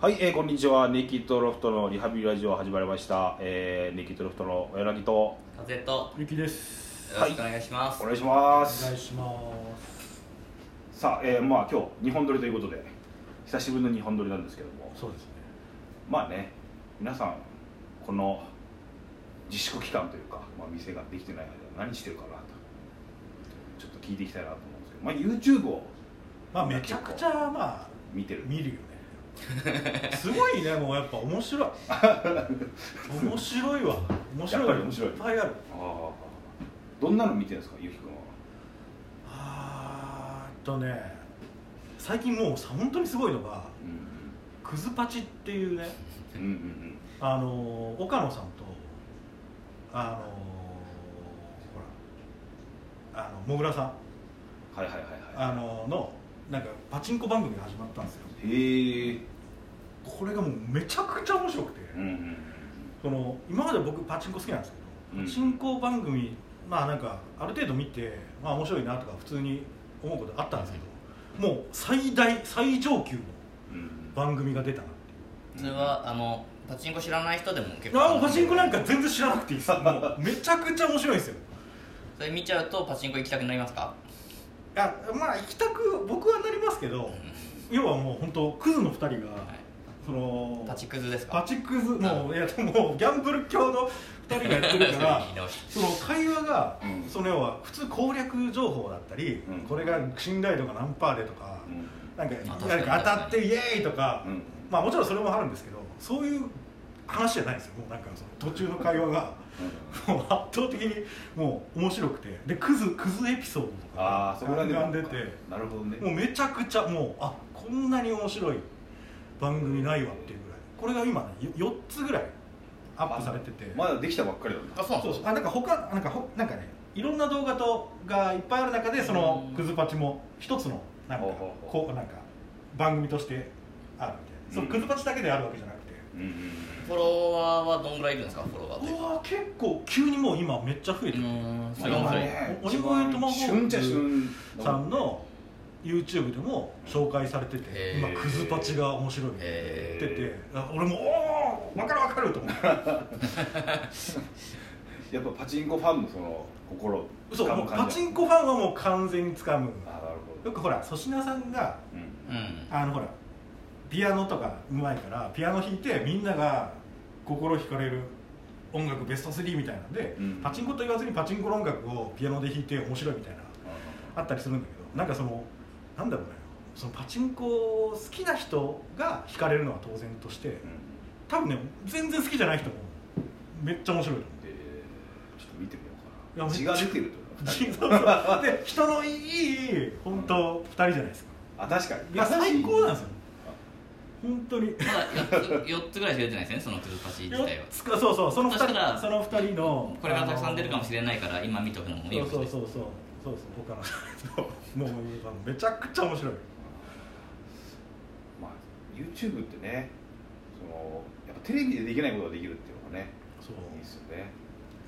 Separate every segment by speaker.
Speaker 1: はい、えーこんにちはネイキッドロフトのリハビリラジオ始まりました、えーネイキッドロフトの柳とお
Speaker 2: 風と
Speaker 3: ゆきです
Speaker 2: よろしくお願いします、
Speaker 1: 願いします
Speaker 3: お願いします
Speaker 1: さあ、えーまあ今日2本撮りということで久しぶりの2本撮りなんですけども
Speaker 3: そうですね
Speaker 1: まあね皆さんこの自粛期間というか、まあ、店ができてない間何してるかなとちょっと聞いていきたいなと思うんですけど、まあ、YouTube を
Speaker 3: まあめちゃくちゃまあ
Speaker 1: 見てる
Speaker 3: 見るよ ねすごいねもうやっぱ面白い面白いわ面白
Speaker 1: や
Speaker 3: い
Speaker 1: っぱり面白い
Speaker 3: っぱいある
Speaker 1: ああどんなの見てるんですかゆきくんは
Speaker 3: あーっとね最近もうさ本当にすごいのが
Speaker 1: うん
Speaker 3: 「クズパチ」っていうね
Speaker 1: うんうんうん
Speaker 3: あのー岡野さんとあのーほらあのもぐらさん
Speaker 1: うんはいはいはいはい
Speaker 3: あのーのなんかパチンコ番組が始まったんですよ
Speaker 1: へえ
Speaker 3: これがもうめちゃくちゃ面白くて、
Speaker 1: うんうんうん
Speaker 3: その今まで僕パチンコ好きなんですけど、
Speaker 1: うん
Speaker 3: パチンコ番組まあなんかある程度見てまあ面白いなとか普通に思うことあったんですけどもう最大最上級の
Speaker 1: うんうん
Speaker 3: 番組が出たな
Speaker 2: それはあのパチンコ知らない人でも結構
Speaker 3: あもうパチンコなんか全然知らなくていいですもうめちゃくちゃ面白いんですよ
Speaker 2: それ見ちゃうとパチンコ行きたくなりますか
Speaker 3: いやまあ行きたく僕はなりますけど要はもう本当クズの2人が、その
Speaker 2: パチクズです
Speaker 3: パ
Speaker 2: か
Speaker 3: チクズもういやもうギャンブル教の2人がやってるか ら
Speaker 2: 言い直し
Speaker 3: その会話が、
Speaker 1: うん
Speaker 3: その要は普通攻略情報だったり、
Speaker 1: うん
Speaker 3: これが信頼度が何パーでとか、
Speaker 1: うん
Speaker 3: なんか
Speaker 2: まあ
Speaker 3: なんか当たってイエーイとか、
Speaker 1: うん
Speaker 3: まあもちろんそれもあるんですけどそういう話じゃないんですよもうなんかその途中の会話がもう圧倒的にもう面白くてでクズクズエピソードと
Speaker 1: ああ
Speaker 3: か
Speaker 1: それが
Speaker 3: ガンガ
Speaker 1: で
Speaker 3: ン出て
Speaker 1: なるほど
Speaker 3: もう
Speaker 1: ね
Speaker 3: めちゃくちゃもうあこんなに面白い番組ないわっていうぐらいこれが今ね4つぐらいアップされてて、
Speaker 1: まだできたばっかりなんだ
Speaker 2: あそうなん
Speaker 3: そう
Speaker 2: です
Speaker 3: そうあなんか他なんかほなんかねいろんな動画とがいっぱいある中でその
Speaker 2: うん
Speaker 3: クズパチも一つのなんか
Speaker 1: ほうほうほ
Speaker 3: こうなんか番組としてあるみたい
Speaker 1: う
Speaker 3: な、
Speaker 1: ん
Speaker 3: そのクズパチだけであるわけじゃなくて、
Speaker 1: うんうんうん
Speaker 2: フォロワーはどんぐらいいるんですかフォロワーという
Speaker 3: う
Speaker 2: か
Speaker 3: わ結構急にもう今めっちゃ増え
Speaker 2: う
Speaker 3: てる、
Speaker 2: ーんそ
Speaker 1: まあ
Speaker 2: れ
Speaker 1: でも
Speaker 2: が面白い
Speaker 1: ね
Speaker 3: 鬼越トマホーク
Speaker 1: 旬っちゃ旬
Speaker 3: さんの YouTube でも紹介されてて
Speaker 2: へー
Speaker 3: 今クズパチが面白いって
Speaker 2: え
Speaker 3: 言っててあ俺もおお分かる分かると思って
Speaker 1: やっぱパチンコファンのその心を
Speaker 3: そうもうパチ
Speaker 1: コ
Speaker 3: ンコファンはもう完全につかむ
Speaker 1: あなるほ
Speaker 3: よ
Speaker 1: ど
Speaker 3: くほら粗品さんが
Speaker 1: うん
Speaker 2: ーうん
Speaker 3: あのほらピアノとかうまいからピアノ弾いてみんなが心惹かれる音楽ベスト3みたいなんで、
Speaker 1: うん
Speaker 3: パチンコと言わずにパチンコの音楽をピアノで弾いて面白いみたいなあったりするんだけどなんかそのなんだろうねそのパチンコ好きな人が惹かれるのは当然として
Speaker 1: うん
Speaker 3: 多分ね全然好きじゃない人もめっちゃ面白 いと思う
Speaker 1: でちょっと見てみよう
Speaker 3: い
Speaker 1: かな
Speaker 3: やめっちゃ
Speaker 1: 血が出てると二
Speaker 3: そう
Speaker 1: 人
Speaker 3: そうで人のいい本当2人じゃないですか
Speaker 1: あ確か
Speaker 3: い
Speaker 1: に
Speaker 3: や最高なんですすよ本当に
Speaker 2: まだ4つ四つぐらいしか出てないですねそのクズパチ自体は
Speaker 3: つかそうそうその二
Speaker 2: そしたら
Speaker 3: 人その二人の
Speaker 2: これからたくさん出るかもし
Speaker 3: れ
Speaker 2: れないから今見とくのもいい
Speaker 3: そう
Speaker 2: こと
Speaker 3: そう
Speaker 2: です
Speaker 3: そうそうそうそう他の人もうめちゃくちゃ面白い
Speaker 1: まあ YouTube ってねそのやっぱテレビでできないことができるっていうのがね
Speaker 3: そ
Speaker 1: いいです
Speaker 3: う
Speaker 1: よね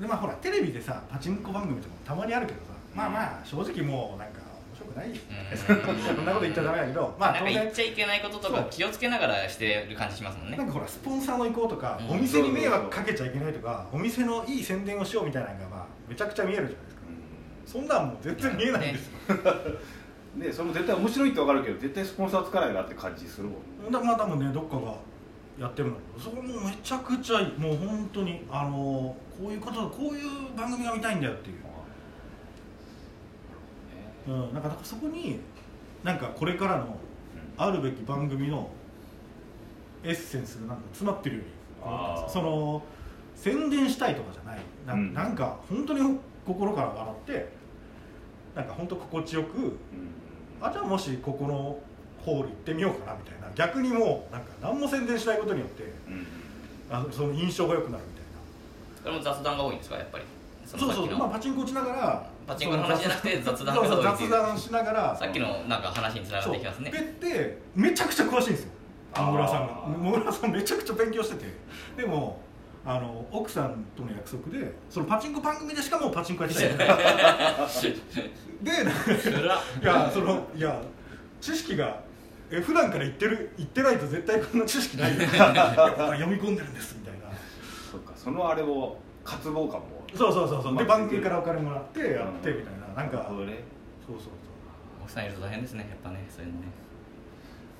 Speaker 3: でまあほらテレビでさパチンコ番組とかもたまにあるけどさまあまあ正直もうなんか面白くない
Speaker 2: うん
Speaker 3: そんなこと言っちゃダメだけどまあ
Speaker 2: なんか
Speaker 3: 当
Speaker 2: 言っ
Speaker 3: 然
Speaker 2: ちゃいけないこととか
Speaker 3: そう
Speaker 2: 気をつけながらしてる感じしますもんね
Speaker 3: なんかほらスポンサーの意向とか
Speaker 2: うん
Speaker 3: お店に迷惑かけちゃいけないとかお店のいい宣伝をしようみたいなのがまあめちゃくちゃ見えるじゃないですか
Speaker 1: う
Speaker 3: そんなんもう全然見えないんですよ
Speaker 1: んでそれも絶対面白いってわかるけど絶対スポンサーつかないなって感じするもん
Speaker 3: ほんでまあ多分ねどっかがやってるんだけどそこもうめちゃくちゃいいもう本当にあのーこういうことこういう番組が見たいんだよっていう、うん、なんかだからそこになんかこれからのあるべき番組のエッセンスがなんか詰まってるように思ったんですよその宣伝したいとかじゃないな,、
Speaker 1: うん
Speaker 3: ん、なんか本当に心から笑ってなんか本当心地よくあじゃあもしここのホール行ってみようかなみたいな逆にもうなんか何も宣伝しないことによって
Speaker 1: うん
Speaker 3: あのその印象が良くなるみたい
Speaker 2: それも雑談が多いんですかやっぱりそ
Speaker 3: なそう
Speaker 2: のさ
Speaker 3: そ
Speaker 2: っ
Speaker 3: う
Speaker 2: きの
Speaker 3: まあパチンコ打ちながら
Speaker 2: パチンコの話じゃなくて雑談が
Speaker 3: そ
Speaker 2: 多い
Speaker 3: うそう
Speaker 2: ってい
Speaker 3: 雑
Speaker 2: う
Speaker 3: 談しながら
Speaker 2: さっきのなんか話につながってきますね
Speaker 3: そうペってめちゃくちゃ詳しいんですよ
Speaker 1: あー
Speaker 3: 野村さんが野村さんめちゃくちゃ勉強しててでもあの奥さんとの約束でそのパチンコ番組でしかもうパチンコやってない でなんか
Speaker 2: それはい
Speaker 3: やそのいや知識がえ普段から言ってる言ってないと絶対こんな知識 ないよいや僕は読み込んでるんですみたいな
Speaker 1: そっかそのあれを渇望感も
Speaker 3: そうそうそうそうで
Speaker 1: うまく
Speaker 3: 番組からお金もらってやってみたいななんか
Speaker 1: そ
Speaker 3: そう
Speaker 1: れ
Speaker 3: そうそう
Speaker 2: 奥さんいると大変ですねやっぱねそういうのね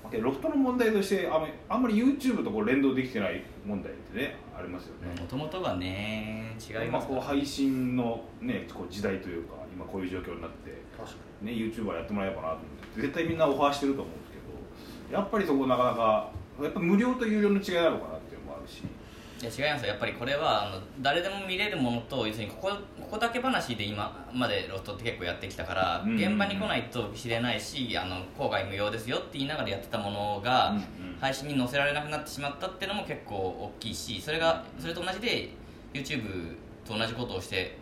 Speaker 1: まあけどロフトの問題としてあんまあんまり YouTube とこう連動できてない問題ってねありますよね、
Speaker 2: もともとがね違い
Speaker 1: 今
Speaker 2: ます
Speaker 1: こう配信の、ね、こう時代というか今こういう状況になって、
Speaker 3: 確か
Speaker 1: ね、YouTuber やってもらえばなと思って絶対みんなオファーしてると思うんですけどやっぱりそこなかなかやっぱ無料と有料の違いなのかなっていうのもあるし
Speaker 2: いや違いますよやっぱりこれはあの誰でも見れるものと要するにここここだけ話で今までロフトって結構やってきたから、
Speaker 1: うん
Speaker 2: 現場に来ないと知れないしあの郊外無用ですよって言いながらやってたものが、
Speaker 1: うんうん
Speaker 2: 配信に載せられなくなってしまったっていうのも結構大きいしそれがそれと同じで YouTube と同じことをして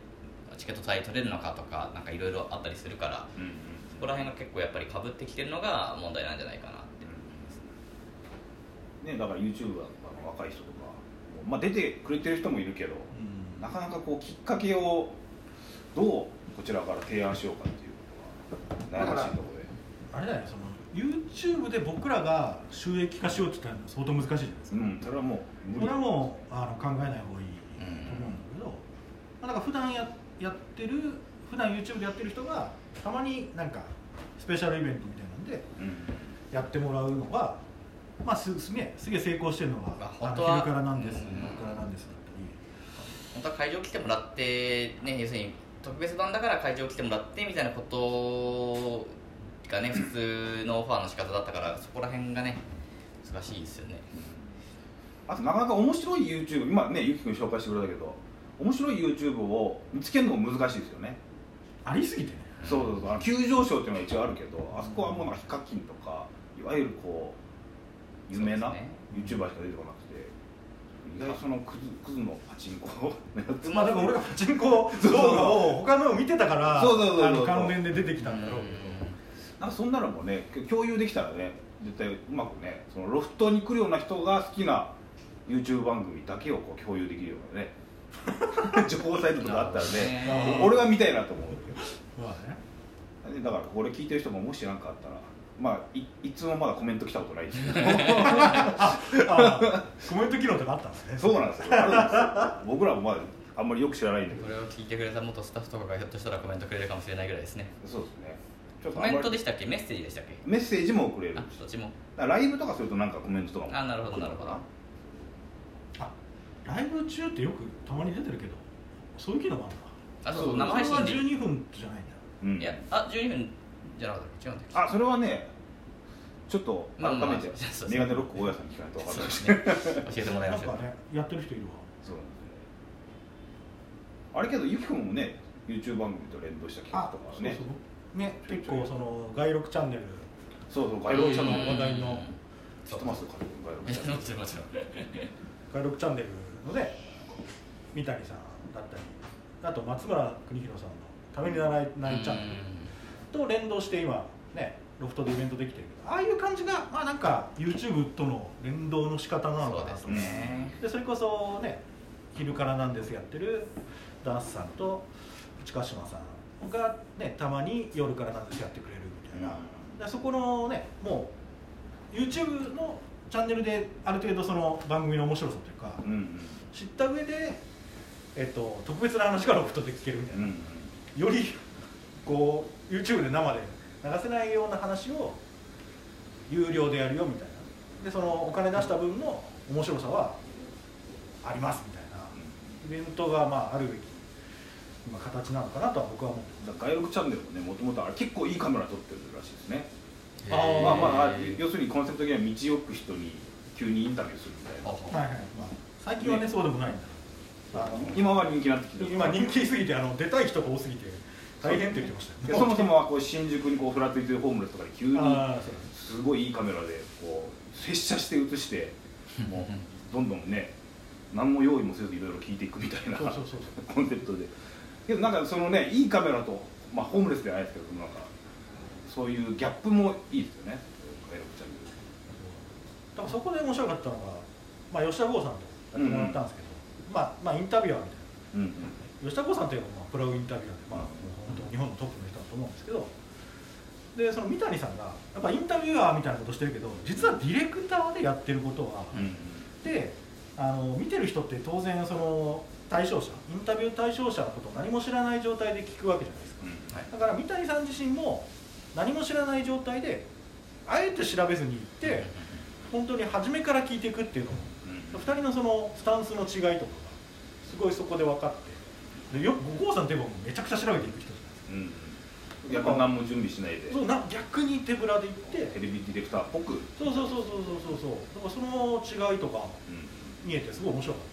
Speaker 2: チケットさえ取れるのかとかなんかいろいろあったりするから
Speaker 1: うんうん
Speaker 2: そこら辺が結構やっぱりかぶってきてるのが問題なんじゃないかなって
Speaker 1: ね、だから YouTuber とかの若い人とか、まあ、出てくれてる人もいるけどなかなかこうきっかけをどうこちらから提案しようかっていうことが悩ましいところで
Speaker 3: あれだよねその YouTube で僕らが収益化しようって言ったら相当難しいじゃないですか、
Speaker 1: うんそれはもう無理
Speaker 3: これはもうあの考えない方がいいと思うんだけど、まあ、なんか普段ややってる普段 YouTube でやってる人がたまになんかスペシャルイベントみたいなんで
Speaker 1: うん、
Speaker 3: やってもらうのが、まあ、すすげえすげえ成功してるの
Speaker 2: まあ
Speaker 3: が「あ
Speaker 2: 本
Speaker 3: の
Speaker 2: 当は
Speaker 3: 昼からなんです」
Speaker 2: う
Speaker 3: 「
Speaker 2: ん
Speaker 3: 昼からなんです」だ
Speaker 2: 本
Speaker 3: った
Speaker 2: 当は会場来てもらってね要するに特別版だから会場来てもらってみたいなことがね普通のオファーの仕方だったからそこら辺がね難しいですよね
Speaker 1: あとなかなか面白い YouTube 今ねゆきくん紹介してくれたけど面白い YouTube を見つけるのも難しいですよね
Speaker 3: りありすぎてね
Speaker 1: そうそうそうあの急上昇っていうのは一応あるけどあそこはもうなんかヒカキンとかいわゆるこう有名な
Speaker 2: そうですね
Speaker 1: YouTuber しか出てこなくて意外とそのクズクズのパチンコを やって
Speaker 3: まあでも俺がパチンコ動画を他のを見てたから
Speaker 1: そうそうそうそう
Speaker 3: あの関連で出てきたんだろう
Speaker 1: なんかそんなのもね共有できたらね絶対うまくねそのロフトに来るような人が好きな YouTube 番組だけをこう共有できるようなね 情報サイトとかあったらね
Speaker 3: なるほどね
Speaker 1: 俺は見たいなと思うけど
Speaker 3: けど まあね
Speaker 1: でだからこれ聞いてる人ももし何かあったらまあいいつもまだコメント来たことないですけど
Speaker 3: ああコメント機能とかあったんですね
Speaker 1: そうなんですよあるんですよ僕らもまだあんまりよく知らないんだけ
Speaker 2: こ
Speaker 1: ど
Speaker 2: れを聞いてくれた元スタッフとかがひょっとしたらコメントくれるかもしれないぐらいですね
Speaker 1: そうですねちょっ
Speaker 2: コ
Speaker 1: とあんま
Speaker 2: メ
Speaker 1: り
Speaker 2: ントでしたっけメッセージでしたっけ
Speaker 1: メッセージも送れるし
Speaker 2: あどっちも
Speaker 1: だからライブとかするとなんかコメントとかも
Speaker 2: あなるほどなるほど
Speaker 3: あライブ中ってよくたまに出てるけどそういう機能もあ
Speaker 2: あ
Speaker 3: るん
Speaker 2: そう
Speaker 1: そ
Speaker 2: そうう
Speaker 3: だ
Speaker 2: 生配
Speaker 3: それ
Speaker 2: 信
Speaker 3: は
Speaker 2: で
Speaker 3: 12分じゃないんだ
Speaker 1: うん
Speaker 2: いやあ12分じゃなかったっけ違うんだっけ
Speaker 1: あそれはねちょっと
Speaker 2: まあ
Speaker 1: 改
Speaker 2: まあ
Speaker 1: めて
Speaker 2: そうそうそう
Speaker 1: メガネロック大家さんに聞かないと分か
Speaker 2: そ
Speaker 1: らな
Speaker 2: うで
Speaker 1: いし
Speaker 2: すね教えてもらい
Speaker 3: な
Speaker 2: まし
Speaker 3: ん
Speaker 2: ょ
Speaker 3: か
Speaker 2: う
Speaker 3: ねやってる人いるわ
Speaker 1: そうなんですねあれけどゆきくんもね YouTube 番組と連動した企画とかね
Speaker 3: そうそうね結構その外録チャンネル
Speaker 1: そうそう
Speaker 3: 外
Speaker 1: 外
Speaker 3: 録
Speaker 1: 録
Speaker 3: チ
Speaker 1: チャ
Speaker 3: ャン
Speaker 1: ン
Speaker 3: ネ
Speaker 1: ネ
Speaker 3: ル
Speaker 1: ル
Speaker 3: 話題の
Speaker 2: うん
Speaker 1: 知ってますか外録
Speaker 2: も
Speaker 1: チャンネル
Speaker 2: ちろんもちろん
Speaker 3: 外録チャンネルので三谷さんだったりあと松村邦弘さんの「ためになら ないチャンネル」と連動して今ねロフトでイベントできてるけどああいう感じがまあなんか YouTube との連動の仕方なの
Speaker 2: そう
Speaker 3: かな
Speaker 2: で
Speaker 3: と
Speaker 2: す
Speaker 3: そ,、
Speaker 2: ね
Speaker 3: でそれこそね「昼からなんです」やってるダンスさんと内川島さんがねたまに「夜からなんです」やってくれるみたいな、でそこのねもう YouTube のチャンネルである程度その番組の面白さというか、
Speaker 1: うんうん
Speaker 3: 知った上で、えっと、特別な話がロフトで聞けるみたい
Speaker 1: うん
Speaker 3: な、よりこう YouTube で生で流せないような話を有料でやるよみたいなでそのお金出した分の面白さはありますみたいなイベントがまああるべき今形なのかなとは僕は思う
Speaker 1: だから外録チャンネルもねもともとあれ結構いいカメラ撮ってるらしいですね
Speaker 3: あー
Speaker 1: まあまあ
Speaker 2: へー
Speaker 1: 要するにコンセプト的には道行く人に急にインタビューするみたいな
Speaker 3: はいはいまあ、最近はね
Speaker 1: ね
Speaker 3: そうでもないんだあの
Speaker 1: 今は人気になってきてる
Speaker 3: 今人気すぎてあの出たい人が多すぎて大変って言ってました
Speaker 1: で
Speaker 3: よ
Speaker 1: そもそもはこう新宿にこうふらついてるホームレスとかで急に
Speaker 3: あーそう
Speaker 1: すごいいいカメラでこう接写して映してもうどんどんね何も用意もせずいろいろ聞いていくみたいな
Speaker 3: そうそうそうそう
Speaker 1: コンセプトでけどなんかそのねいいカメラと、まあ、ホームレスではないですけどなんかそういうギャップもいいですよねガイロクチャンネル
Speaker 3: だからそこで面白かったのが、まあ、吉田剛さんとやってもらったんですけど、まあ、まあインタビュアーみたい
Speaker 1: うんうん
Speaker 3: な吉田剛さんといえばまあプロインタビュアーで、まあ、もう本当に日本のトップの人だと思うんですけどでその三谷さんがやっぱインタビュアーみたいなことしてるけど実はディレクターでやってることは、
Speaker 1: うん
Speaker 3: であの見てる人って当然その対象者インタビュー対象者のことを何も知らない状態で聞くわけじゃないですか
Speaker 1: うん
Speaker 3: だから三谷さん自身も何も知らない状態であえて調べずに行って本当に初めから聞いていくっていうのも
Speaker 1: うん
Speaker 3: 2人のそのスタンスの違いとかがすごいそこで分かってでよく五郷さんって言えばもうめちゃくちゃ調べていく人じゃないですか
Speaker 1: うんやっぱ何も準備しないで
Speaker 3: そうな逆に手ぶらで行って
Speaker 1: テレビディレクターっぽく、うん
Speaker 3: そうそうそうそうそうそうそうだからその違いとか見えてすごい面白かっ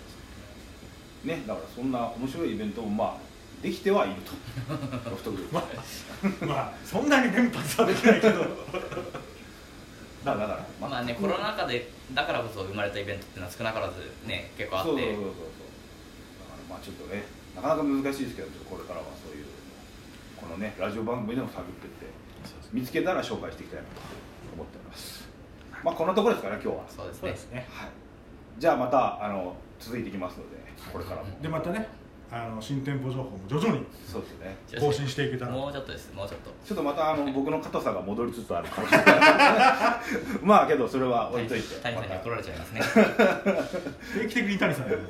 Speaker 3: たです
Speaker 1: ね、だからそんな面白いイベントもまあできてはいるとロフトグループ
Speaker 3: まあ、まあ、そんなに連発はできないけ
Speaker 1: だ
Speaker 3: ど
Speaker 1: からだから
Speaker 2: まあね、コロナ禍でだからこそ生まれたイベントっていうのは少なからずね結構あ
Speaker 1: そう
Speaker 2: っ
Speaker 1: そうそうそ
Speaker 2: て
Speaker 1: うだからまあちょっとねなかなか難しいですけどちょっとこれからはそういうこのねラジオ番組でも探ってって見つけたら紹介していきたいなと思っておりますまあこんなところですかね今日は
Speaker 2: そうです
Speaker 3: そう
Speaker 2: ね
Speaker 3: ですね
Speaker 1: はいじゃあまたあの続いていきますのでこれからも
Speaker 3: でまたねあの新店舗情報も徐々に
Speaker 1: そうですね
Speaker 3: 更新していけたら
Speaker 2: もうちょっとですもうちょっと
Speaker 1: ちょっとまたあの 僕の硬さが戻りつつあるかもしれない まあけどそれは置いといて
Speaker 2: 谷
Speaker 1: ま
Speaker 2: さんに
Speaker 1: た
Speaker 2: 怒られちゃいますね
Speaker 3: 定期的に谷さんやるの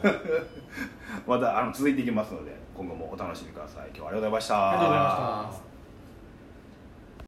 Speaker 1: またあの続いていきますので今後もお楽しみください今日はありがとうございました
Speaker 3: ありがとうございました